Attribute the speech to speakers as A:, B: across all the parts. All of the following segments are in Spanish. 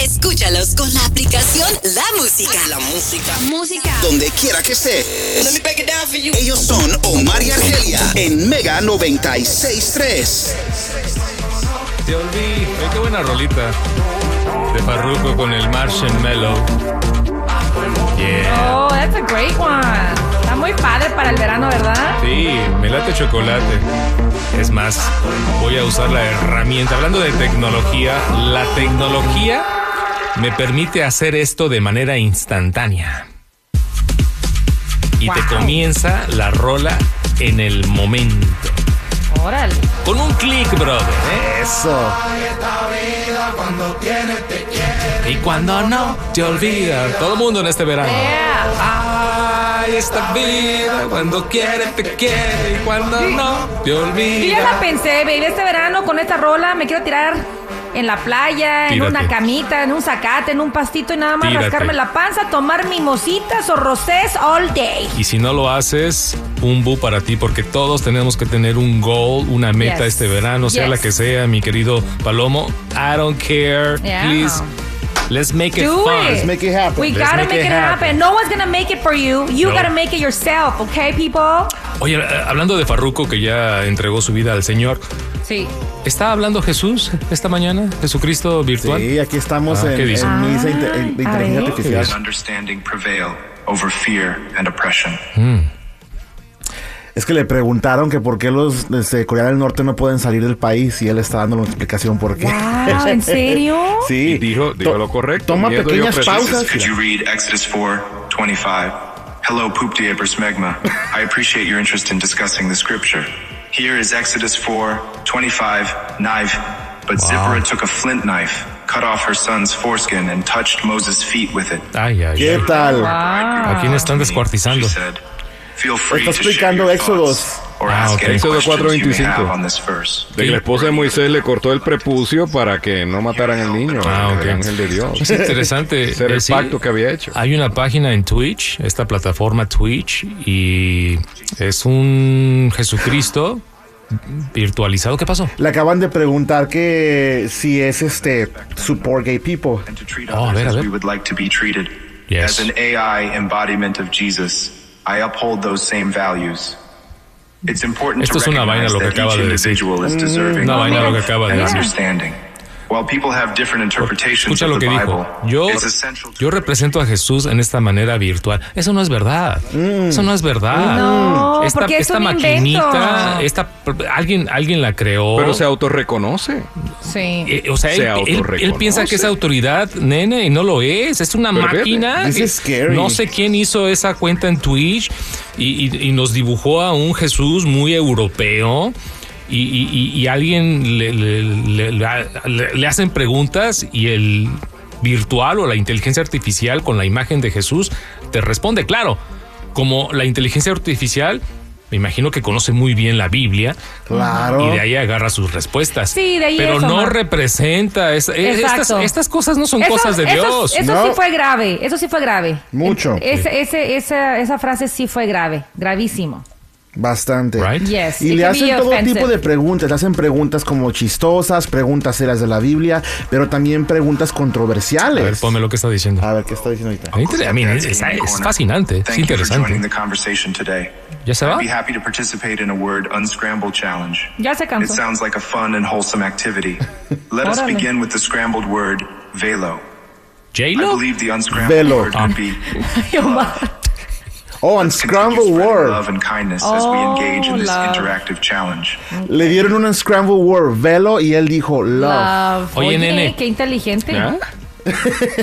A: Escúchalos con la aplicación La Música.
B: La música.
A: Música.
B: Donde quiera que esté.
C: Let me break it down for you.
B: Ellos son Omar y Argelia en Mega 963.
D: Te olvidé. Oye, qué buena rolita. De Farruko con el Marshmallow. Yeah.
E: Oh, that's a great one. Está muy padre para el verano, ¿verdad?
D: Sí, me late chocolate. Es más, voy a usar la herramienta. Hablando de tecnología, la tecnología me permite hacer esto de manera instantánea. Y te
E: Wow.
D: comienza la rola en el momento.
E: Órale.
D: Con un clic, brother. ¿eh? Eso. Y cuando no, te olvida. Todo el mundo en este verano.
E: Yeah.
D: Ay, esta vida, cuando quiere te quiere y cuando no te
E: Yo ya la
D: olvida.
E: pensé, baby. Este verano con esta rola me quiero tirar en la playa, en
D: Tírate.
E: una camita, en un zacate, en un pastito y nada más
D: Tírate.
E: rascarme la panza, tomar mimositas o rosés all day.
D: Y si no lo haces, un bu para ti, porque todos tenemos que tener un goal, una meta
E: Yes.
D: este verano, sea
E: Yes.
D: la que sea, mi querido Palomo. I don't care.
E: Yeah.
D: Please, let's make it
E: Do
D: fun.
E: it.
D: Let's make-
F: Make it happen.
E: We
D: Let's
E: gotta
D: make
E: make,
D: it
E: it happen.
D: happen.
E: No one's gonna make it for you. You
D: No.
E: gotta make it yourself, okay, people?
D: Oye, eh, hablando de Farruco, que ya entregó su vida al Señor,
E: Sí.
D: ¿está hablando Jesús esta mañana? ¿Jesucristo virtual?
F: Sí, aquí estamos
D: Ah,
F: en,
D: ¿qué dice?
F: en misa inte-
E: Ay,
F: en- de
E: a
F: inteligencia
E: ver.
F: artificial.
G: and understanding prevail over fear and oppression.
F: Es que le preguntaron que por qué los de Corea del Norte no pueden salir del país y él está dando una explicación por qué.
E: Wow, Ah, ¿en serio?
F: Sí.
D: Y dijo- dijo
F: To-
D: lo correcto.
F: Toma
D: Miedo y
F: pequeñas
D: opresión.
F: pausas.
G: Could you read Exodus 4 25? Hello, Poop Megma. I appreciate your interest in discussing the scripture. Here is Exodus 4 25 knife. But Zipporah took a flint knife, cut off her son's foreskin, and touched Moses' feet with it.
D: Ay, ay,
F: ¿Qué
D: ay.
F: tal?
D: ¿A quién están descuartizando?
G: She said, Feel free
F: Está
G: to share
F: explicando
G: your
F: Éxodos.
G: thoughts or
D: Ah,
G: ask
D: ok.
G: any
H: Éxodo
G: questions you may
H: 4:25.
G: have on this verse.
H: De que la esposa de Moisés le cortó el prepucio para que no mataran al niño,
D: Ah, ok.
H: el ángel de
D: Es
H: Dios.
D: interesante.
H: Ese era el
D: Sí,
H: pacto que había hecho.
D: Hay una página en Twitch, esta plataforma Twitch, y es un Jesucristo virtualizado. ¿Qué pasó?
F: Le acaban de preguntar que si es este support gay people.
G: and to treat
D: Oh, a
G: others
D: ver, a
G: as
D: ver.
G: we would like to be treated.
D: Yes.
G: As an AI embodiment of Jesus, I uphold those same values. It's important
D: Esto es
G: to
D: una vaina
G: recognize
D: lo que
G: that
D: acaba
G: each
D: de decir.
G: individual is deserving
D: Una
G: of
D: vaina lo
G: love
D: que acaba de
G: and
D: decir.
G: understanding. While people have different interpretations
D: Escucha
G: of
D: lo
G: the
D: que
G: Bible,
D: dijo. Yo,
G: it's essential to
D: yo represento a Jesús en esta manera virtual. Eso no es verdad.
F: Mm.
D: Eso no es verdad.
E: No,
D: esta,
E: porque es
D: esta
E: un
D: maquinita,
E: invento.
D: esta alguien, alguien la creó.
H: Pero se autorreconoce.
E: Sí.
D: Eh, o sea,
H: se
D: él- él, él
H: autorreconoce.
D: piensa que es autoridad, nene, y no lo es. Es una
H: Pero espérate,
D: máquina.
F: this
D: que-
F: is scary.
D: No sé quién hizo esa cuenta en Twitch y, y- y nos dibujó a un Jesús muy europeo. Y, y- y- y alguien le, le- le- le- le- le hacen preguntas y el virtual o la inteligencia artificial con la imagen de Jesús te responde. Claro, como la inteligencia artificial, me imagino que conoce muy bien la Biblia
F: Claro.
D: y de ahí agarra sus respuestas.
E: Sí, de ahí
D: Pero
E: es,
D: no
E: Omar.
D: representa. es- es-
E: Exacto.
D: estas, estas cosas no son
E: Eso-
D: cosas de
E: eso-
D: Dios.
E: Eso sí
F: No.
E: fue grave, eso sí fue grave.
F: Mucho.
E: Ese- ese- esa, esa frase sí fue grave, gravísimo.
F: Bastante.
D: Right.
E: Yes,
F: Y
E: it
F: le
E: can be
F: hacen todo
E: offensive.
F: tipo de preguntas. Le hacen preguntas como chistosas, preguntas serias de la Biblia, pero también preguntas
D: A
F: controversiales.
D: ver, ponme lo que está diciendo.
G: Ah,
F: A ver, ¿qué está diciendo ahorita?
D: Inter- I mean, es, es- es fascinante, es
G: Thank you for
D: interesante.
G: joining
D: ¿Ah?
G: the conversation today.
D: ¿Ya se va?
G: I'd be happy to participate in a word unscramble challenge.
E: Ya se
G: It
E: cansó.
G: sounds like a fun and wholesome activity. Let us
E: Órale.
G: begin with the scrambled word velo. I
D: ¿J-Lo?
G: believe the unscrambled
F: Velo.
G: word
D: Ah.
G: would be
F: Oh,
G: Continue
F: Unscramble
G: spreading
F: World.
G: Love and kindness as we engage in this
E: love.
G: interactive challenge.
F: Le dieron un Unscramble World, velo, y él dijo love.
E: Love.
D: Oye, nene.
E: Qué Ah, inteligente.
H: ¿Ah?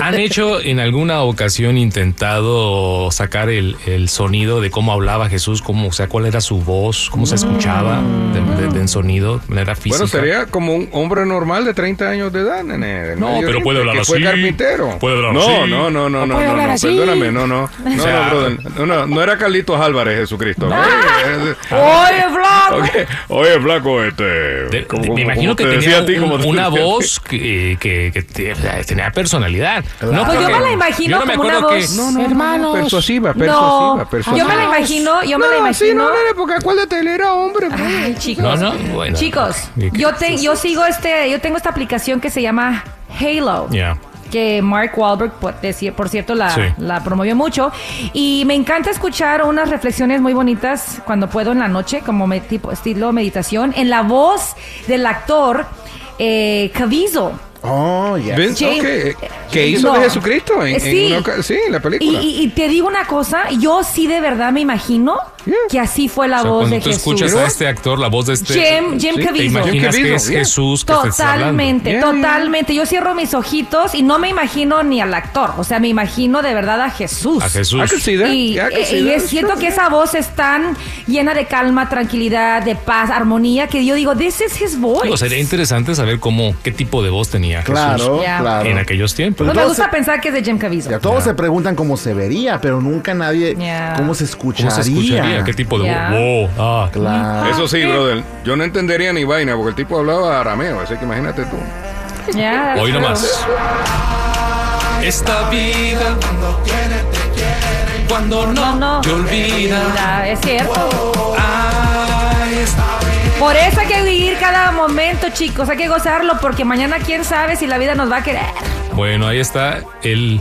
D: ¿Han hecho en alguna ocasión intentado sacar el, el sonido de cómo hablaba Jesús? Cómo, o sea, cuál era su voz, cómo se escuchaba
E: Mm.
D: de- de- de- en sonido, de manera física.
H: Bueno, sería como un hombre normal de 30 años de edad, nene. del
D: No,
H: Medio
D: pero
H: Oriente,
D: puede hablar
H: que
D: así.
H: Fue carpintero.
D: Puede hablar
H: no,
D: así.
H: No, no, no, no, no, no, perdóname, no, no. No,
D: sea-
H: no, brother, no, no, no era Carlitos Álvarez, Jesucristo.
E: Ah.
H: ¿ok?
E: ¡Oye, Flaco!
H: Ok, Oye, flaco, este...
D: De-
H: como-
D: de-
H: como-
D: me imagino
H: como
D: que
H: te
D: tenía
H: decía a ti,
D: un-
H: como te
D: una
H: decía a ti.
D: voz que, eh, que- que te- o sea, tenía personalidad. No,
E: Pues
D: creo
E: yo me
D: que-
E: la imagino
D: yo no me
E: como una
D: acuerdo que-
E: voz-
D: No, no,
H: No, Persuasiva, persuasiva,
E: No,
H: persuasiva.
E: yo me la imagino, yo me la
H: Sí,
E: imagino. Ah.
H: no, nene, porque acuérdate, él era hombre. pues. bro.
E: Ay, chicos.
D: No, no, bueno.
E: Chicos,
D: ¿Y qué?
E: yo te, yo sigo este, yo tengo esta aplicación que se llama Halo.
D: Ya.
E: Que Mark Wahlberg, por, decir- por cierto, la,
D: Sí.
E: la promovió mucho. Y me encanta escuchar unas reflexiones muy bonitas cuando puedo en la noche, como me- tipo estilo meditación, en la voz del actor eh, Caviezel.
F: Oh, ya.
H: Ven,
E: James-
H: ok, que hizo de
E: No.
H: Jesucristo en, en
E: sí.
H: una oca- sí, en la película.
E: Y, y- y te digo una cosa, yo sí de verdad me imagino
H: Yeah.
E: que así fue la
D: O sea,
E: voz
D: cuando
E: de
D: tú
E: Jesús.
D: escuchas a este actor, la voz de este.
E: Jim, Jim
H: Sí, te
D: te
E: Caviezel.
D: imaginas
H: Jim
D: que es
H: Caviezel, yeah.
D: Jesús que te está hablando.
E: Totalmente,
H: Yeah, yeah, yeah.
E: totalmente. Yo cierro mis ojitos y no me imagino ni al actor. O sea, me imagino de verdad a Jesús.
D: A Jesús.
H: I can see that,
E: Y,
H: yeah, I can
E: eh,
H: see
E: y
H: that,
E: es-
H: it's
E: siento
H: true.
E: que esa voz es tan llena de calma, tranquilidad, de paz, armonía, que yo digo, this is his voice.
D: Digo, sería interesante saber cómo, qué tipo de voz tenía Jesús
F: Claro,
E: Ya.
F: claro.
D: en aquellos tiempos.
E: no
H: Pues
E: me
F: Entonces-
E: gusta pensar que es de Jim Caviezel.
F: Ya todos se preguntan cómo se vería, pero nunca nadie
E: Ya.
F: cómo se escucharía.
D: ¿Cómo se escucharía? ¿Qué tipo de
E: Ya.
D: voz? Wow, ah.
F: Claro.
H: Eso
E: eh.
H: sí, brother, yo no entendería ni vaina porque el tipo hablaba arameo, así que imagínate tú.
E: Ya,
D: Hoy
E: pero-
D: nomás. Esta vida cuando
E: No, no. Mira, Es cierto. Por eso hay que vivir cada momento, chicos. Hay que gozarlo porque mañana quién sabe si la vida nos va a querer.
D: Bueno, ahí está el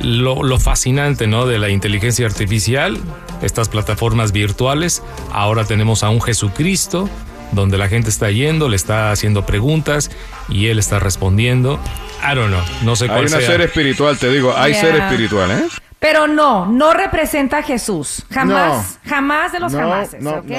D: lo, lo fascinante, ¿no? De la inteligencia artificial, estas plataformas virtuales. Ahora tenemos a un Jesucristo donde la gente está yendo, le está haciendo preguntas y él está respondiendo. I don't know, no sé
H: Hay
D: cuál
H: una
D: sea.
H: ser espiritual, te digo, hay
E: Yeah.
H: ser espiritual, ¿eh?
E: Pero no, no representa a Jesús. Jamás, jamás de los
F: No,
E: jamases,
F: no,
E: ¿ok?
F: no,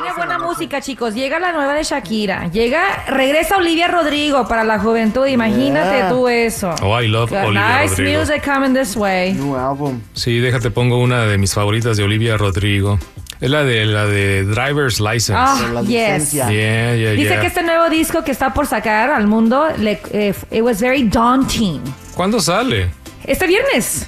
E: Viene buena música, chicos. Llega la nueva de Shakira. Llega, regresa Olivia Rodrigo para la juventud. Imagínate
F: Yeah.
E: tú eso.
D: Oh, I love Olivia
E: nice
D: Rodrigo.
E: music coming this
D: Eh.
E: way.
F: New album.
D: Sí, déjate pongo una de mis favoritas de Olivia Rodrigo. Es la de la de Driver's License.
E: Ah,
F: Por la
E: yes.
F: licencia.
D: Yeah, yeah,
E: Dice
D: yeah.
E: que este nuevo disco que está por sacar al mundo, le, eh, it was very daunting.
D: ¿Cuándo sale?
E: Este viernes,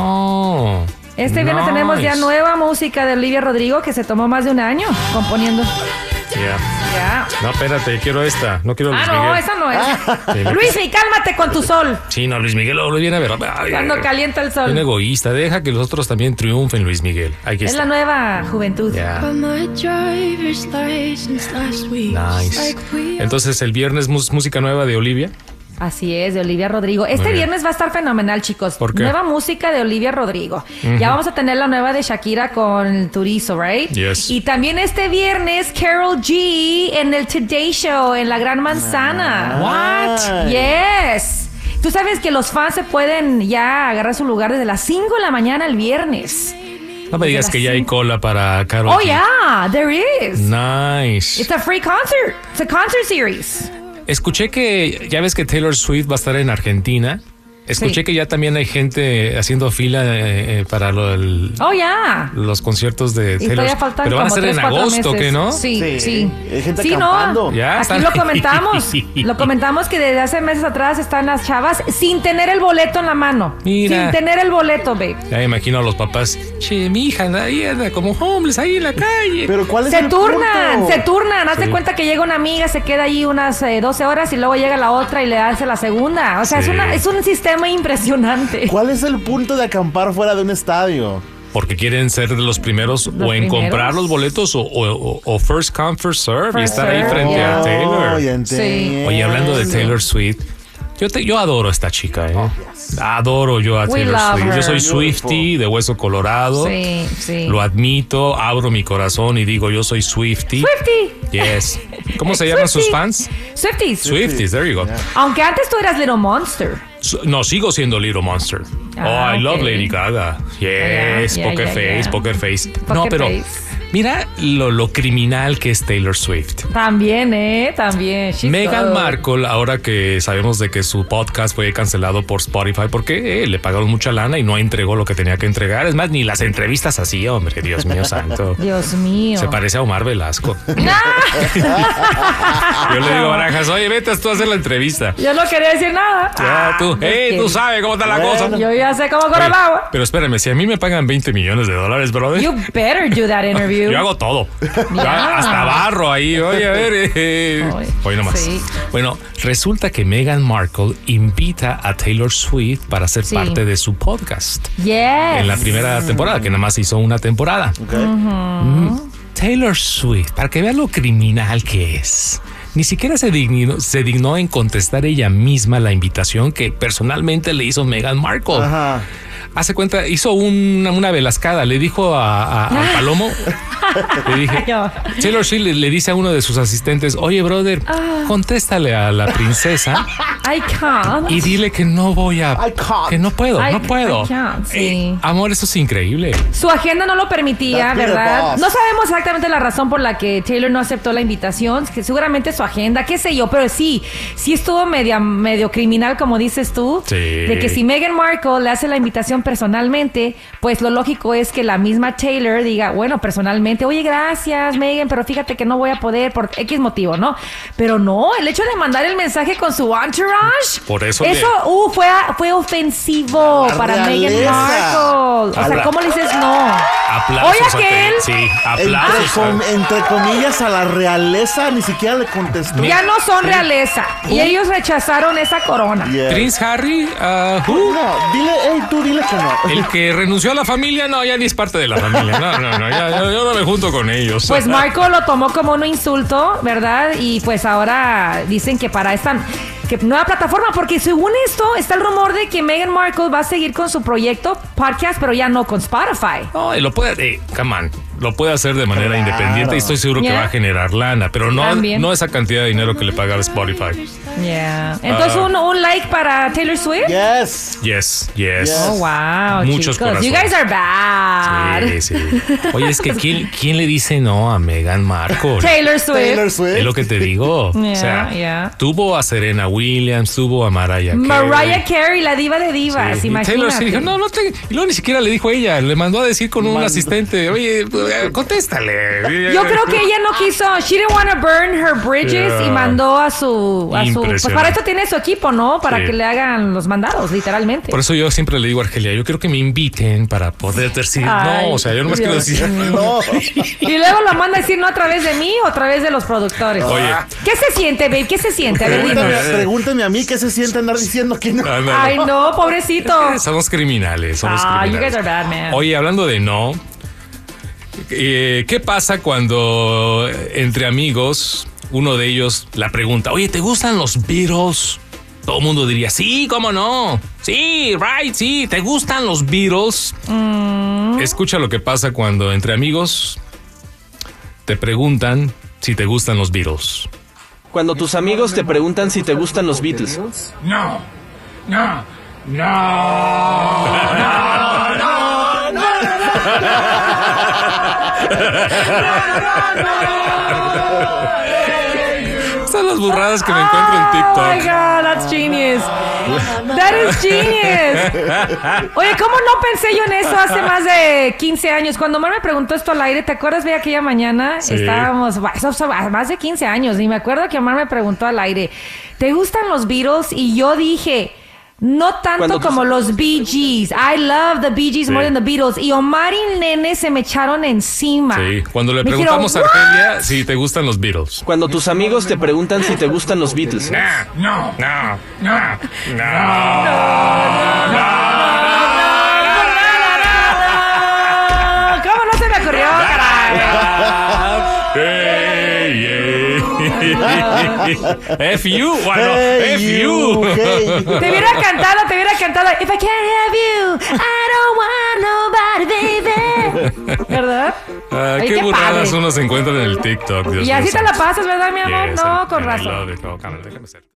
D: Oh.
E: este viernes tenemos ya
D: nice.
E: nueva música de Olivia Rodrigo que se tomó más de un año componiendo.
D: Yeah.
E: Ya.
D: No, espérate, quiero esta. No quiero
E: Ah,
D: Luis
E: no,
D: Miguel. Ah.
E: esa no
D: Sí,
E: es.
D: me-
E: Luismi, cálmate con tu sol.
D: Sí, no, Luis Miguel lo viene a ver. Ay,
E: Cuando calienta el
D: es Un
E: sol.
D: egoísta, deja que los otros también triunfen, Luis Miguel. Aquí
E: Es la
D: está.
E: nueva juventud.
D: Ya,
C: Got my driver's license last week.
D: nice.
C: Like we
D: Entonces, el viernes mus- música nueva de Olivia.
E: Así es, de Olivia Rodrigo. Este
D: Muy bien.
E: viernes va a estar fenomenal, chicos.
D: ¿Por qué?
E: Nueva música de Olivia Rodrigo. Ya vamos a tener la nueva de Shakira con el Turizo, ¿right?
D: Yes.
E: Y también este viernes, Carol G en el Today Show, en la Gran
D: Ah.
E: Manzana.
F: What?
E: Yes. Tú sabes que los fans se pueden ya agarrar su lugar desde las 5 de la mañana el viernes.
D: No me digas que ya hay cola para Karol.
E: Oh,
D: G.
E: yeah, there is.
D: Nice.
E: It's a free concert. It's a concert series.
D: Escuché que ya ves que Taylor Swift va a estar en Argentina. Escuché
E: Sí.
D: que ya también hay gente haciendo fila eh, eh, para lo- el-
E: Oh, yeah.
D: los conciertos de
E: Y
D: Taylor.
E: todavía faltan
D: Pero van a
E: como
D: ser
E: tres,
D: en
E: cuatro
D: agosto,
E: meses.
D: ¿qué no?
E: Sí, sí.
F: Sí, hay gente
E: sí, no.
F: acampando.
D: Ya,
E: Aquí
D: están-
E: lo comentamos. lo comentamos que desde hace meses atrás están las chavas sin tener el boleto en la mano.
D: Mira.
E: Sin tener el boleto, babe.
D: Ya me imagino a los papás. Che, mi hija, ahí anda como homeless ahí en la calle.
F: Pero ¿cuál es
E: Se
F: el
E: turnan,
F: punto?
E: se turnan. Hazte
D: Sí.
E: cuenta que llega una amiga, se queda ahí unas eh, 12 horas y luego llega la otra y le hace la segunda. O sea, es,
D: Sí.
E: una, es un sistema impresionante.
F: ¿Cuál es el punto de acampar fuera de un estadio?
D: Porque quieren ser de los primeros
E: Los
D: o en
E: primeros.
D: comprar los boletos o, o- o- o first come, first serve y
E: First
D: estar ahí
E: serve.
D: frente a
F: Oh,
D: Taylor.
F: ya entiendo.
D: Oye, hablando de Taylor Swift, yo, te- yo adoro a esta chica, ¿eh? Adoro yo a
E: We
D: Taylor
E: love
D: Swift. Yo
E: her.
D: soy Swifty de Hueso Colorado.
E: Sí, sí.
D: Lo admito, abro mi corazón y digo, yo soy Swifty.
E: Swiftie.
D: Yes. ¿Cómo se llaman sus
E: Swifties.
D: fans?
E: Swifties.
D: Swifties, there you go.
E: Aunque antes tú eras Little Monster.
D: So- No, sigo siendo Little Monster.
E: Ah,
D: oh, I love
E: ok.
D: Lady Gaga.
E: yeah,
D: Yes,
E: yeah,
D: poker
E: yeah,
D: face,
E: yeah.
D: poker face. no,
E: Poker
D: pero
E: face.
D: Mira lo, lo criminal que es Taylor Swift.
E: También, ¿eh? También. she's
D: Meghan
E: good.
D: Markle, ahora que sabemos de que su podcast fue cancelado por Spotify porque eh, le pagaron mucha lana y no entregó lo que tenía que entregar. Es más, ni las entrevistas así, hombre, Dios mío santo.
E: Dios mío.
D: Se parece a Omar Velasco. Yo le digo a Barajas, oye, vete tú a hacer la entrevista.
E: Yo no quería decir nada.
D: Ya, tú,
E: Ah,
D: eh,
E: ok.
D: tú sabes cómo está la cosa.
E: Yo ya sé cómo corre el
D: Oye,
E: agua.
D: Pero espérame, si a mí me pagan 20 millones de dólares, brother.
E: You better do that interview.
D: Yo hago todo. Yo
E: Ya.
D: Hasta barro ahí. Oye, a ver. eh, eh.
E: Ay,
D: Hoy nomás.
E: sí.
D: Bueno, resulta que Meghan Markle invita a Taylor Swift para ser
E: Sí.
D: parte de su podcast
E: Yes.
D: en la primera temporada, que nada más hizo una temporada. Mm, Taylor Swift, para que vea lo criminal que es. Ni siquiera se dignó, se dignó en contestar ella misma la invitación que personalmente le hizo Meghan Markle.
F: Ajá.
D: Hace cuenta, hizo un- una velascada, le dijo a, a-
E: Ah.
D: al Palomo, le dije,
E: No.
D: Taylor Swift le, le dice a uno de sus asistentes, oye brother,
E: Ah.
D: contéstale a la princesa
E: I can't.
D: y dile que no voy a,
F: I can't.
D: que no puedo,
E: I-
D: no puedo. Eh,
E: I can't, sí.
D: amor, eso es increíble.
E: Su agenda no lo permitía,
F: That's
E: ¿verdad?
F: the boss.
E: No sabemos exactamente la razón por la que Taylor no aceptó la invitación, que seguramente su agenda, qué sé yo, pero sí, sí estuvo media, medio criminal, como dices tú,
D: Sí.
E: de que si Meghan Markle le hace la invitación personalmente, pues lo lógico es que la misma Taylor diga, bueno, personalmente, oye, gracias, Meghan, pero fíjate que no voy a poder por X motivo, ¿no? Pero no, el hecho de mandar el mensaje con su entourage,
D: Por eso le-
E: eso uh, fue, fue ofensivo
F: La
E: para Meghan
F: realeza.
E: Markle. O sea,
D: Habla-
E: ¿cómo le dices no?
D: Aplausos
E: Oye,
D: a
E: aquel.
D: Taylor- Sí,
F: Entre,
D: aplausos.
F: com-
D: a-
F: entre comillas a la realeza ni siquiera le contestó.
E: Ya no son realeza. Y ellos rechazaron esa corona.
F: Yeah.
D: Prince Harry, ah, who?
F: No, dile, hey, tú dile que no.
D: el que renunció a la familia, no, ya ni es parte de la familia. No, no, no, ya, yo, yo no me junto con ellos.
E: Pues Marco lo tomó como un insulto, ¿verdad? Y pues ahora dicen que para esta que nueva plataforma, porque según esto está el rumor de que Meghan Markle va a seguir con su proyecto podcast, pero ya no con Spotify.
D: No, y lo puede, eh, come on, lo puede hacer de manera independiente y estoy seguro que
E: Yeah.
D: va a generar lana, pero no,
E: También.
D: no esa cantidad de dinero que le paga Spotify.
E: Entonces
D: Ah.
E: un, un like para Taylor Swift.
F: Yes.
D: Yes, yes.
F: Yes.
E: Oh, wow.
D: Muchos
E: chicos. You
D: corazones.
E: guys are bad.
D: Sí, sí. Oye, es que ¿quién, quién le dice no a Meghan Marco?
E: Taylor Swift.
F: Taylor Swift.
D: Es lo que te digo.
E: Yeah,
D: o sea,
E: yeah.
D: tuvo a Serena Williams, tuvo a Mariah Carey.
E: Mariah Carey, la diva de divas,
D: Sí, y
E: Pues, imagínate.
D: Taylor sí dijo, no, no te... Y luego ni siquiera le dijo ella, le mandó a decir con un asistente, oye, eh, contéstale.
E: Yo creo que ella no quiso. She didn't want to burn her bridges
D: Yeah.
E: y mandó a su. A su pues
D: Impresionante.
E: para esto tiene su equipo, ¿no? Para
D: Sí.
E: que le hagan los mandados, literalmente.
D: Por eso yo siempre le digo a Argelia, yo quiero que me inviten para poder decir
E: Ay,
D: no. O sea, yo nomás quiero
E: Dios
D: decir.
F: No.
E: Y luego lo manda a decir no a través de mí o a través de los productores.
D: Oye.
E: ¿Qué se siente, babe? ¿Qué se siente? A ver,
F: Pregúntame,
E: dime.
F: pregúntame a mí qué se siente andar diciendo que no.
E: Ay,
D: Ándale.
E: no, pobrecito.
D: Somos criminales, somos
E: Ah, you guys
D: criminales.
E: are bad, man.
D: Oye, hablando de no, eh, ¿qué pasa cuando entre amigos uno de ellos la pregunta, oye, ¿te gustan los Beatles? Todo el mundo diría, sí, ¿cómo no? Sí, right, sí, ¿te gustan los Beatles?
E: Mm.
D: Escucha lo que pasa cuando entre amigos te preguntan si te gustan los Beatles.
I: Cuando tus amigos te preguntan si te gustan los Beatles.
D: No, no, no. Son las burradas que me encuentro en
E: Oh my
D: TikTok.
E: God, that's genius. That is genius. Oye, ¿cómo no pensé yo en eso hace más de 15 años? Cuando Mar me preguntó esto al aire, ¿te acuerdas de aquella mañana?
D: Sí.
E: Estábamos, va, eso fue más de 15 años, y me acuerdo que Mar me preguntó al aire, ¿te gustan los Beatles? Y yo dije... No tanto
I: Cuando tú-
E: como los Bee Gees. I love the Bee Gees
D: Sí.
E: more than the Beatles. Y Omar y Nene se me echaron encima.
D: Sí, cuando le
E: Me dijeron,
D: preguntamos a
E: "What?"
D: Argelia si te gustan los Beatles.
I: Cuando tus amigos te preguntan si te gustan los Beatles.
D: No, no, no,
E: Ah, ¿Cómo no se me ocurrió, caray?
D: F you, bueno,
F: Hey,
D: F
F: you,
D: you.
F: hey.
E: Te hubiera cantado, te hubiera cantado. If I can't have you, I don't want nobody, baby. ¿Verdad?
D: Ah,
E: Ay,
D: qué,
E: qué
D: burradas
E: padre.
D: uno se encuentra en el TikTok. Dios
E: Y así
D: mío
E: te la
D: santo.
E: pasas, ¿verdad, mi amor?
D: Yes,
E: no,
D: and-
E: con
D: and I
E: razón.
D: love it. No, come on, déjame ser.